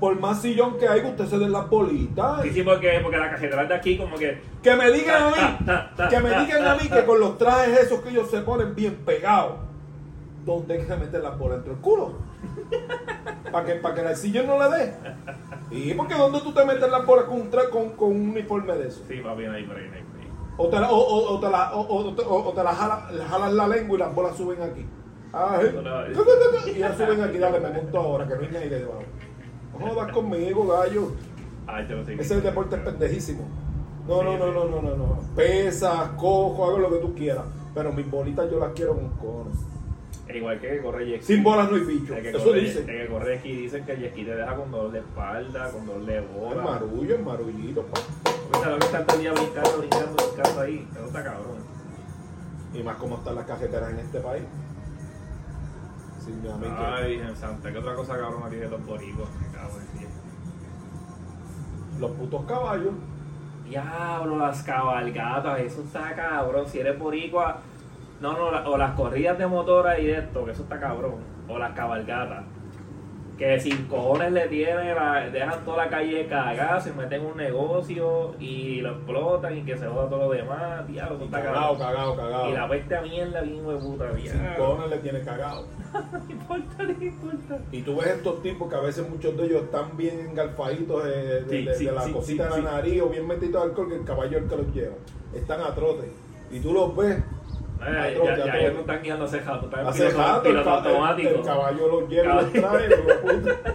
por más sillón que hay, usted se den las bolitas.
Sí, sí, porque, porque la catedral de aquí como que...
Que me digan
Ta,
a mí,
ta, ta,
que me
ta,
digan
ta,
a mí
ta.
que con los trajes esos que ellos se ponen bien pegados, ¿dónde hay que meter la bola entre el culo? Para que, para que el sillón no le dé. ¿Y por qué dónde tú te metes la bola con un, tra- con, con un uniforme de eso?
Sí, papi, no hay por ahí, no hay por ahí.
O te la, o, o- o te la, o, o- o te- o- o te la jala- la jalas la lengua y las bolas suben aquí. Ay, y las suben aquí, dale, me monto ahora, que no hay nadie debajo. No jodas conmigo, gallo.
Ay, te lo sé.
Ese deporte es pendejísimo. No, no, no, no, no, no, no. Pesas, cojo, hago lo que tú quieras. Pero mis bolitas yo las quiero con conos.
Es Igual que corre jet ski.
Sin bolas no hay bicho.
El que,
Eso
corre,
dice.
el que corre jet ski dicen que el jet ski te deja con dolor de espalda, con dolor de
Es
bola.
marullo, es marullito. pa.
O sea, lo que está todo el día brincando, brincando, brincando ahí. Eso está cabrón.
Y más como están las carreteras en este país. Sin mi amigo.
Ay, Virgen Santa, ¿qué otra cosa cabrona tiene los boricos? Me cago en diez.
Los putos caballos.
Diablo, las cabalgatas, eso está cabrón. Si eres boricua, no, no, la- o las corridas de motor ahí de esto, que eso está cabrón. O las cabalgatas. Que sin cojones le tienen, la- dejan toda la calle cagada, se meten en un negocio y lo explotan y que se joda todo lo demás. Diablo, eso está
Cagado,
cabrón.
cagado, cagado.
Y la peste a mierda, bien de puta,
Sin
diablo.
conos le tiene cagado.
No importa, no importa.
Y tú ves estos tipos que a veces muchos de ellos están bien engalfaditos de, de-
Sí,
de-
sí,
de la
sí,
cosita
sí,
de la
sí.
nariz o bien metidos de alcohol que el caballo es el que los lleva. Están a trote. Y tú los ves. a
Eh,
trote,
ya,
a
ya,
trote.
ellos no están guiando hace rato, están en
Hace
piloto,
rato el,
piloto
ca- el-
automático.
el caballo los lleva y los trae. los puta.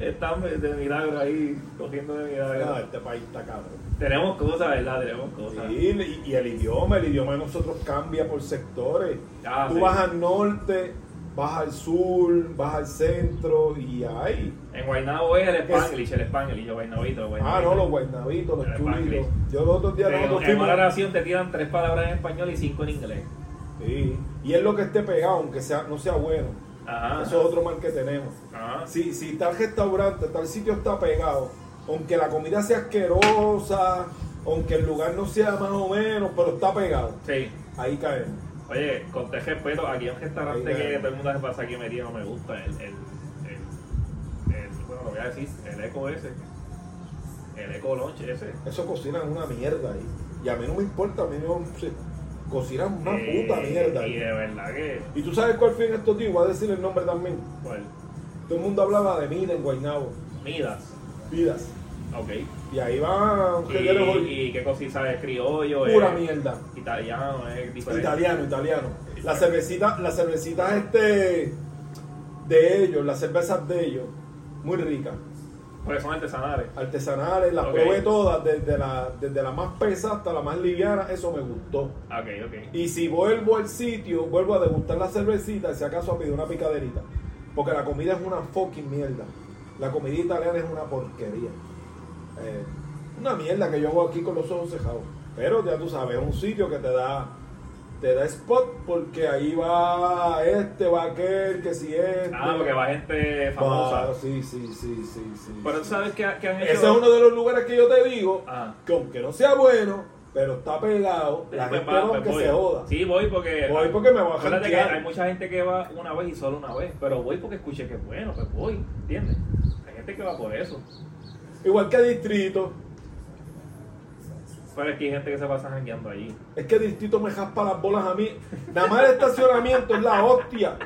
Están de de milagro ahí, cogiendo de milagro.
Nada, este país está cabrón.
Tenemos cosas, ¿verdad? Tenemos cosas.
Sí, y, y el idioma, el idioma de nosotros cambia por sectores.
Ah,
tú
sí.
vas al norte, vas al sur, vas al centro y ahí.
En Guaynabo es el
Es-
Spanglish, el Spanglish, el Guaynabito, el
Ah,
Guaynabito.
no, los guaynabitos, los
eh, El
chulitos.
Spanglish.
Yo los otros días
Te-
nosotros
En
fuimos-
una oración te tiran tres palabras en español y cinco en inglés.
Sí, y es lo que esté pegado, aunque sea, no sea bueno.
Ajá.
Eso es otro mal que tenemos.
Ajá.
Si, si tal restaurante, tal sitio está pegado, aunque la comida sea asquerosa, aunque el lugar no sea más o menos, pero está pegado,
Sí.
ahí caemos.
Oye, con todo respeto, aquí hay un restaurante
Ahí
que
va.
todo el mundo se pasa aquí metido, me gusta. El, el, el, el- bueno, lo voy a decir, el eco ese. El eco lunch ese.
Eso cocinan una mierda ahí. Y a mí no me importa, a mí no sí, cocinan una
Eh,
puta mierda
Y
ahí.
de verdad que. pues,
Y tú sabes cuál fue en estos días, voy a decir el nombre también.
Bueno,
Todo el mundo hablaba de Mida en Guaynabo,
midas.
vidas.
Ok.
Y ahí va un
Y,
reguero
y qué cosita de criollo.
pura
eh,
mierda.
Italiano, es diferente.
Italiano, italiano. Las cervecitas, las cervecitas este de ellos, las cervezas de ellos, muy ricas.
Porque son artesanales.
Artesanales, las
Ok.
probé todas, desde la, desde la más pesada hasta la más liviana, eso me gustó.
Ah, Ok, ok.
Y si vuelvo al sitio, vuelvo a degustar la cervecita y si acaso a pedir una picaderita. Porque la comida es una fucking mierda. La comida italiana es una porquería. Eh, una mierda que yo hago aquí con los ojos cejados. Pero ya tú sabes, es un sitio que te da te da spot porque ahí va este, va aquel, que si este.
Ah, porque va gente famosa.
Va- sí, sí, sí, sí, sí.
Pero tú
sí.
sabes que, que han hecho.
Ese es uno de los lugares que yo te digo,
Ah.
que aunque no sea bueno, pero está pegado, la
Pues
gente
va,
no
pues
que
voy.
se joda.
Sí, voy porque.
Voy porque me voy a
Acuérdate que
jantear.
hay mucha gente que va una vez y solo una vez. Pero voy porque escuché que es bueno, pues voy. ¿Entiendes? Hay gente que va por eso.
Igual que distrito.
Pero es que hay gente que se pasa jangueando allí.
Es que distrito me jaspa las bolas a mí. Nada más el estacionamiento es la hostia.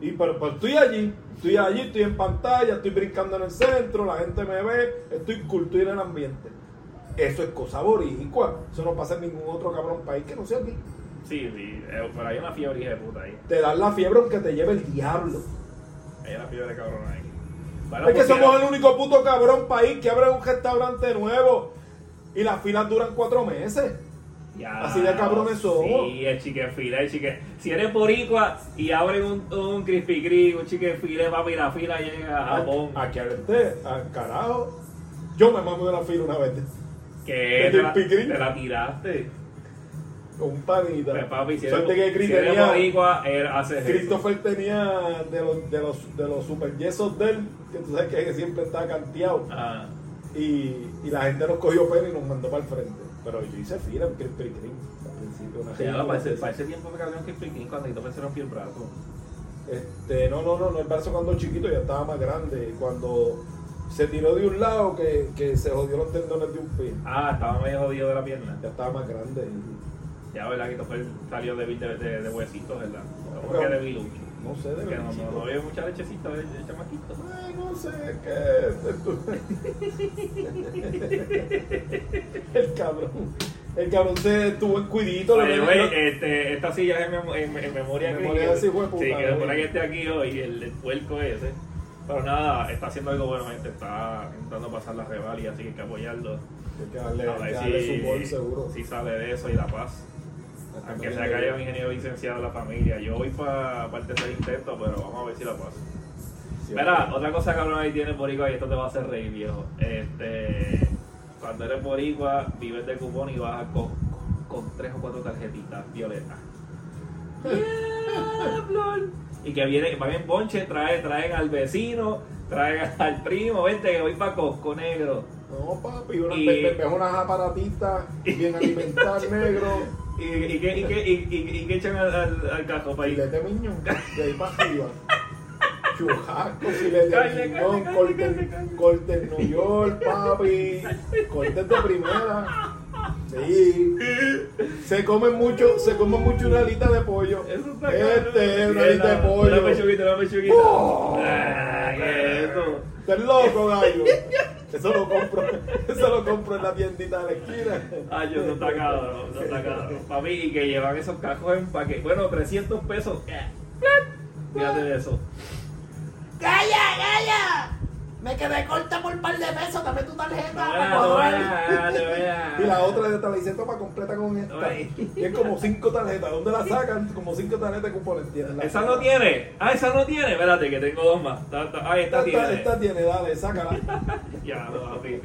Y pero, pero estoy allí. Estoy allí, estoy en pantalla, estoy brincando en el centro, la gente me ve, estoy cultura en el ambiente. Eso es cosa boricua. Eso no pasa en ningún otro cabrón país que no sea aquí.
Sí, sí. eh, Pero hay una fiebre hija de puta ahí.
Te dan la fiebre aunque te lleve el diablo.
Hay una fiebre cabrona ahí. Bueno,
Es que
pues,
somos
mira,
el único puto cabrón país que abre un restaurante nuevo y las filas duran cuatro meses.
Ya,
Así de cabrones somos.
Sí, el chiquefile, el chique. Si eres boricua y abren un, un crispy gris, un chiquefile, papi, la fila llega a Bon.
Aquí alerté, al carajo. Yo me mamo de la fila una vez.
Que
el
te la,
crispy gris.
te la tiraste.
Un panita.
Pero, Pues, papi, si eres,
Suerte que Chris
si eres pues,
tenía-
boricua, él hace eso.
Christopher tenía de los, de los, de los super yesos de él, que tú sabes que siempre está canteado.
Ah,
Y, y la gente nos cogió pena y nos mandó para el frente. Pero yo hice fila en Crispy Kreme al principio. Una
ya,
ridícula.
Ah, para, ese, para ese tiempo me cambió un crispy gris cuando yo me hicieron piel brazo.
Este, no, no, no, no, el brazo cuando chiquito ya estaba más grande. Cuando se tiró de un lado que, que se jodió los tendones de un pie,
Ah, estaba medio jodido de la pierna.
ya estaba más grande.
Ya, ¿verdad? Que después salió de, de, de, de huesitos, ¿verdad? Como que
Pero-
de bilucho.
No sé, de
Que
verdad.
no, no, no había mucha lechecita de, de chamaquito.
Ay, no sé qué. el cabrón. El cabrón se tuvo en cuidito. le
Oye,
metió-
güey, este, esta silla es en, memo- en- en memoria.
En
que-
memoria de ese hijo de puta,
Sí, que
güey.
recuerda que esté aquí hoy, el, el puerco ese. Pero nada, está haciendo algo bueno, gente. Está intentando pasar la revalia, así que hay que apoyarlo.
Hay que darle,
a
hay que
ver
darle
si,
su gol seguro. eh.
si sale de eso y la paz.
Hasta
Aunque
no
sea que
tiene-
haya un ingeniero licenciado en la familia. Yo voy para el tercer intento, pero vamos a ver si la pasa.
Sí,
Mira, otra cosa cabrón ahí tiene Boricua y esto te va a hacer reír, viejo. Este, cuando eres Boricua, vives de cupón y vas con, con, con tres o cuatro tarjetitas violetas. ¡Diablo! y que viene, van en bonche, trae, traen al vecino, traen al primo, vente que voy para Cosco Negro.
No, papi, una,
Y-
pe- pe- unas aparatitas bien alimentadas, negro.
¿Y, y, que, y, que, y, y- y que echan al, al, al cajo para ir?
Filete miñón, de ahí para arriba. Churrasco, filete
Carne,
miñón,
carne, carne,
corte,
carne.
corte en New York, papi. Cortes de primera. Sí. Se comen mucho, se comen mucho una alita de pollo.
Eso está
Este es una alita
Una
de pollo.
pechuguita, una pechuguita.
¡Oh!
Ah, ¿qué es eso?
Estás loco, gallo. Eso lo compro, eso lo compro en la tiendita de la esquina.
Ay, Ah, yo no está cabrón, no está cabrón. Para mí, y que llevan esos cajos en paquete. Bueno, 300 pesos. Eh, Fíjate de eso.
¡Gaya, gaya! Me quedé corta por un par de pesos, dame tu tarjeta.
No
para
veas, no
cobrar.
veas, no veas.
Y la otra de establecimiento para completa con esta.
Ay.
Y es como cinco tarjetas. ¿Dónde la sacan? Como cinco tarjetas con tienen.
Esa no tiene. Ah, esa no tiene. Espérate, que tengo dos más. Ta- ta- Ah, esta
Esta, esta,
tiene.
esta tiene, dale, sácala.
Ya, no, papi.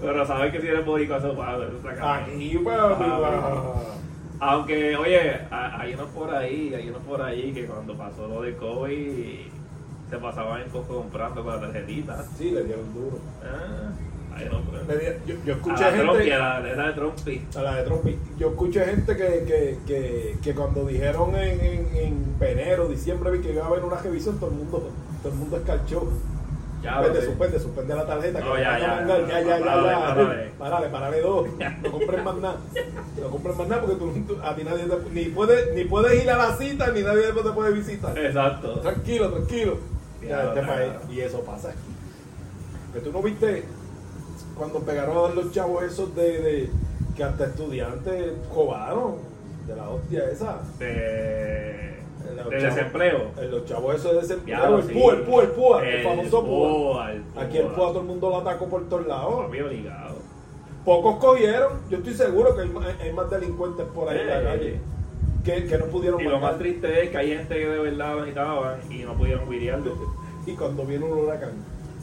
Pero sabes que si eres boricua, eso pasa. Eso está cabrón.
Aquí, papi.
Ah,
va.
Aunque, oye, a- hay unos por ahí, hay unos por ahí que cuando pasó lo de COVID se pasaban en Costco comprando con la tarjetita.
Sí, le dieron duro.
Ah, hay unos por ahí.
Le di- yo, yo escuché
a la Trump y a
gente.
Ah, la era de Trumpi.
A la de Trumpi. Yo escuché gente que, que, que, que cuando dijeron en, en, en enero, diciembre, vi que iba a haber una revisión, todo el mundo, todo el mundo escarchó.
Ya,
Suspende,
bebé.
suspende, suspende la tarjeta.
No,
que
ya,
van a
ya,
mandar,
ya,
ya, ya, ya,
párale,
ya.
párale.
Párale, párale dos. No compres más nada. No compres más nada porque tú, tú- a ti nadie te, ni, puedes, ni puedes ir a la cita ni nadie después te puede visitar.
Exacto.
Tranquilo, tranquilo. Ya,
Ya,
este
ya.
país. Y eso pasa aquí. Que tú no viste cuando pegaron a dar los chavos esos de, de- que hasta estudiantes cobraron de la hostia esa.
De,
El
de
chavo-
desempleo.
Eh, Los chavos esos de
Diablo,
desempleo. El
sí.
púa, el púa, el púa. El, famoso púa.
púa, el púa.
Aquí el púa todo el mundo lo atacó por todos lados.
Papi obligado.
Pocos cogieron, yo estoy seguro que hay, ma- hay más delincuentes por ahí en la
Eh,
calle que, que no pudieron
Y lo más
matar.
triste es que hay gente que de verdad lo necesitaban y no pudieron guiriarlo.
Y cuando viene un huracán,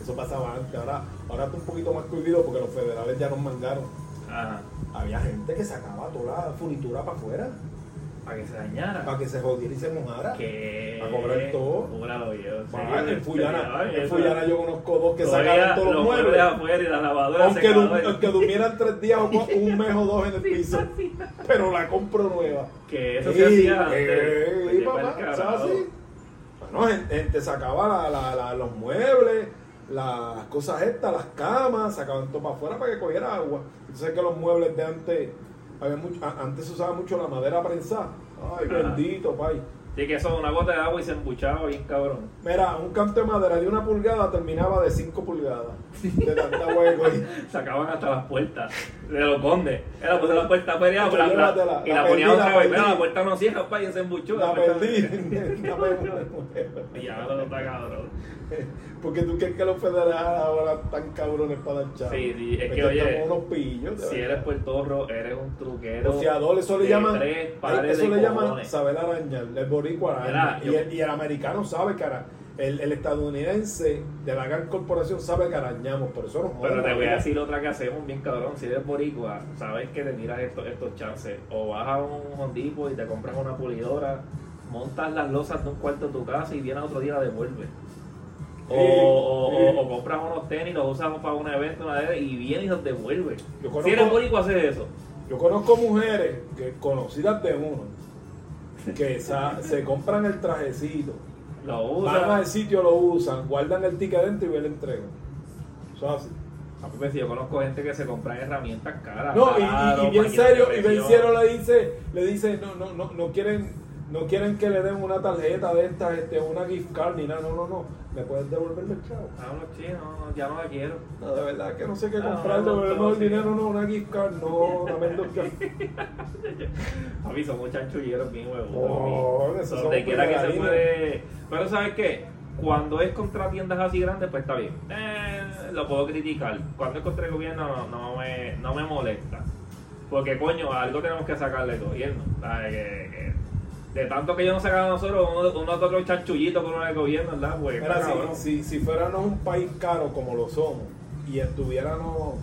eso pasaba antes, ahora, ahora está un poquito más cohibido porque los federales ya nos mandaron.
Ajá.
Había gente que sacaba toda la funitura para afuera,
Para que se dañara.
para que se jodiera y se mojara.
que
Para cobrar todo.
Jurado, yo.
Ah, en Fullana, en Fullana
yo
yo conozco dos que
sacaron
sacaban todos los muebles.
afuera y la lavadora
Aunque,
se
du- aunque durmieran tres días o cua- un mes o dos en el piso, pero la compro nueva.
Que eso
Ey,
se hacía antes.
ey,
Se lleva
eh, papá,
el carajo.
¿sabes así? Bueno, gente, gente sacaba la- la- la- los muebles, las cosas estas, las camas, sacaban todo para afuera para que cogiera agua. Entonces que los muebles de antes, había mucho- a- antes se usaba mucho la madera prensada. Ay,
Ajá.
bendito, pay.
Sí, que eso, una gota de agua y se embuchaba bien cabrón.
Mira, un canto de madera de una pulgada terminaba de cinco pulgadas. De tanta hueco ahí.
Sacaban hasta las puertas. de los condes. Era puse la puerta peleada
Yo
la-
llévatela,
la- y
la
la ponía
perdí, la
otra vez.
perdí.
Mira, la puerta no cierra, pa, y se embuchó.
La
puerta-
perdí. La perdí.
Y ahora no está cabrón.
Porque tú crees que los federales ahora están cabrones para dar chavo.
Sí, sí, es que,
estamos
oye,
unos pillos. de
Si
verdad.
eres puertorro, eres un truquero.
Boxeador, eso le
de
llaman.
tres pares
Eso
de
le llaman
cojones.
saber arañar. El boricua
Mira,
araña. Y,
yo-
el, y el americano sabe que ara- el, el estadounidense de la gran corporación sabe que arañamos. Por eso nos
Pero
joden,
te voy a
¿verdad?
decir otra que hacemos bien cabrón. Si eres boricua, sabes que te miras estos, estos chances. O vas a un hondipo y te compras una pulidora, montas las losas de un cuarto de tu casa y vienes otro día y la devuelves. O,
Sí,
o-
sí.
o compras unos tenis, los usamos para un evento, una vez, y vienes y los devuelves.
Yo conozco-
Si eres boricua, haces eso.
Yo conozco mujeres que, conocidas de uno que sa- se compran el trajecito,
Lo
van al
usas.
sitio, lo usan, guardan el ticket dentro y ve la entrega. Eso es así.
Ah, porque si yo conozco gente que se compra herramientas caras.
No, y- y, y,
taladro,
bien
máquinas de
serio, y bien
presión.
serio le dice, le dice, no, no, no, no quieren, no quieren que le den una tarjeta de estas, este, una gift card ni nada, no, no, no, me puedes devolverme el chavo.
Ah, no, sí, no, ya no la quiero.
No, de verdad que no sé qué
Ah,
comprar,
no,
devolverme
no,
el
sí.
dinero, no, una gift card, no, dame el gift card.
Papi, somos chanchulleros bien huevos.
Oh, esos son
Donde quiera que se
primera
puede. Pero ¿sabes qué? Cuando es contra tiendas así grandes, pues está bien. Eh, lo puedo criticar. Cuando es contra el gobierno, no, no me, no me molesta. Porque, coño, algo tenemos que sacarle del gobierno. ¿sabes? Que- que de tanto que ellos nos sacan a nosotros, uno, uno otro chanchullito con uno del gobierno, ¿verdad? Pues, está
Mira, si-
cabrón.
si, si fuéramos un país caro como lo somos y estuviéramos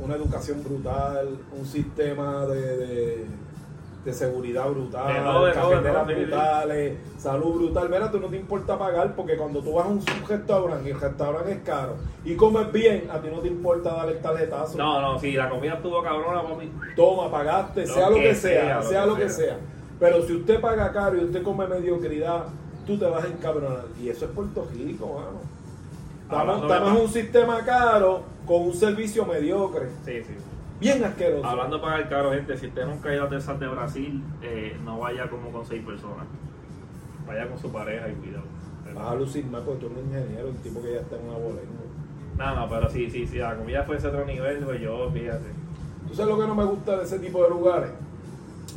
una educación brutal, un sistema de, de- de seguridad brutal,
De todo, de todo, de
cafeteras
todo, sí, sí.
brutales, salud brutal, mira, tú no te importa pagar porque cuando tú vas a un un restaurante y el restaurante es caro y comes bien, a ti no te importa dar el tarjetazo.
No, no, si la comida estuvo cabrona, papi.
Toma, pagaste,
Lo
sea lo
que
que sea, sea,
sea, lo
lo
que
que sea.
sea.
Pero si usted paga caro y usted come mediocridad, tú te vas a encabronar. Y eso es Puerto Rico, mano. Estamos,
Hablando de-
estamos en un sistema caro con un servicio mediocre.
Sí, sí.
Bien asqueroso.
Hablando de pagar caro, gente, si usted nunca ha ido a Texas de Brasil, eh, no vaya como con seis personas. Vaya con su pareja y cuidado.
Vas a lucir más porque tú eres un ingeniero, un tipo que ya está en una bola. ¿no?
Nada, no, pero sí, sí, sí, la comida fue ese otro nivel, pues yo, fíjate.
¿Tú sabes lo que no me gusta de ese tipo de lugares?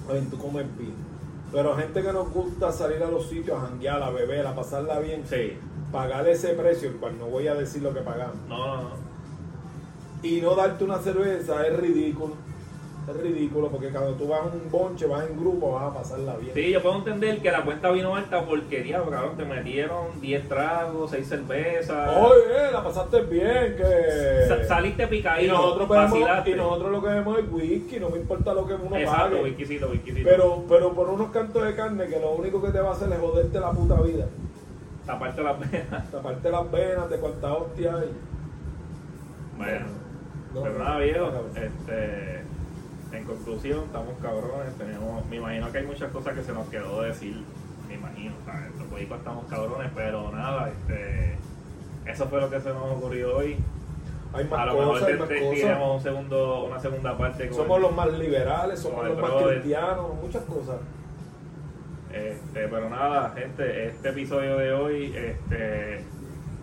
A ver, tú comes bien. Pero gente que nos gusta salir a los sitios a janguear, a beber, a pasarla bien,
Sí,
pagar ese precio, el cual no voy a decir lo que pagamos.
no, no, no.
y no darte una cerveza es ridículo. Es ridículo porque cuando tú vas a un bonche, vas en grupo, vas a pasarla bien.
Sí, yo puedo entender que la cuenta vino alta porque, diablo, cabrón, te metieron 10 tragos, 6 cervezas.
Oye, la pasaste bien,
Sa-
que...
saliste picadito,
Y nosotros, bebemos,
vacilaste.
y nosotros lo que vemos es whisky, no me importa lo que uno
Exacto,
pague.
whiskycito, whiskycito.
Pero, pero por unos cantos de carne que lo único que te va a hacer es joderte la puta vida.
Taparte la pena.
Taparte las venas, de cuánta hostia hay.
Bueno.
No,
Pero
no,
nada, viejo,
cabrón.
este, en conclusión, estamos cabrones, tenemos, me imagino que hay muchas cosas que se nos quedó de decir, me imagino, ¿sabes? los boricos estamos cabrones, pero nada, este, eso fue lo que se nos ocurrió hoy.
Hay
A
más
lo mejor
cosas, hay más
te- te-
cosas.
tiremos un segundo, una segunda parte con,
Somos los más liberales, somos
Como el
los más
brother.
cristianos, muchas cosas.
este, pero nada, gente, este episodio de hoy, este,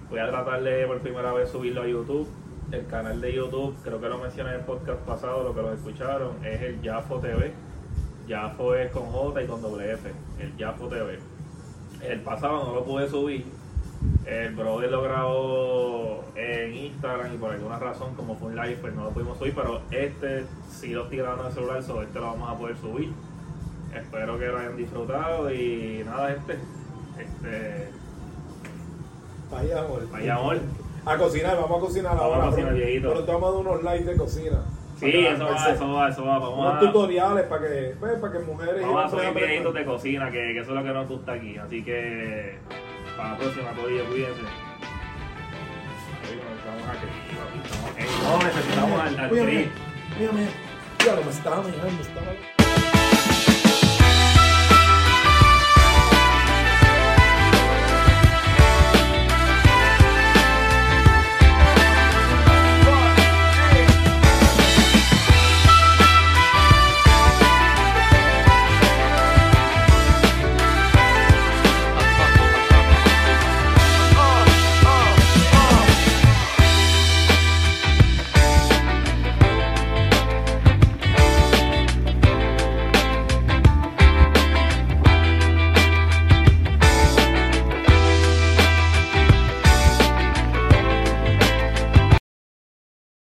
voy a tratar de por primera vez subirlo a YouTube. El canal de YouTube, creo que lo mencioné en el podcast pasado, lo que los escucharon, es el Jafo TV. Jafo es con J y con doble F, el Jafo TV. El pasado no lo pude subir. El brother lo grabó en Instagram y por alguna razón, como fue un live, pues no lo pudimos subir, pero este sí lo estoy grabando en el celular, sobre este lo vamos a poder subir. Espero que lo hayan disfrutado y nada, gente. Este,
Vaya amor.
vaya amor.
A cocinar, vamos a cocinar
Vamos a
ahora.
cocinar,
pero-
viejito.
Pero te vamos a dar unos likes de cocina.
Sí, eso va, eso va, eso va.
Unos
Vamos a,
tutoriales para que, pues, para que mujeres y
vamos a
hombres
subir
aprendan.
videitos de cocina, que, que eso es lo que nos gusta aquí. Así que para la próxima, todavía cuídense. Oye, necesitamos a Chris, papi, necesitamos- eh, No necesitamos al, al
Cuídame,
Chris.
cuídame. Ya lo me estaba mirando, me estaba-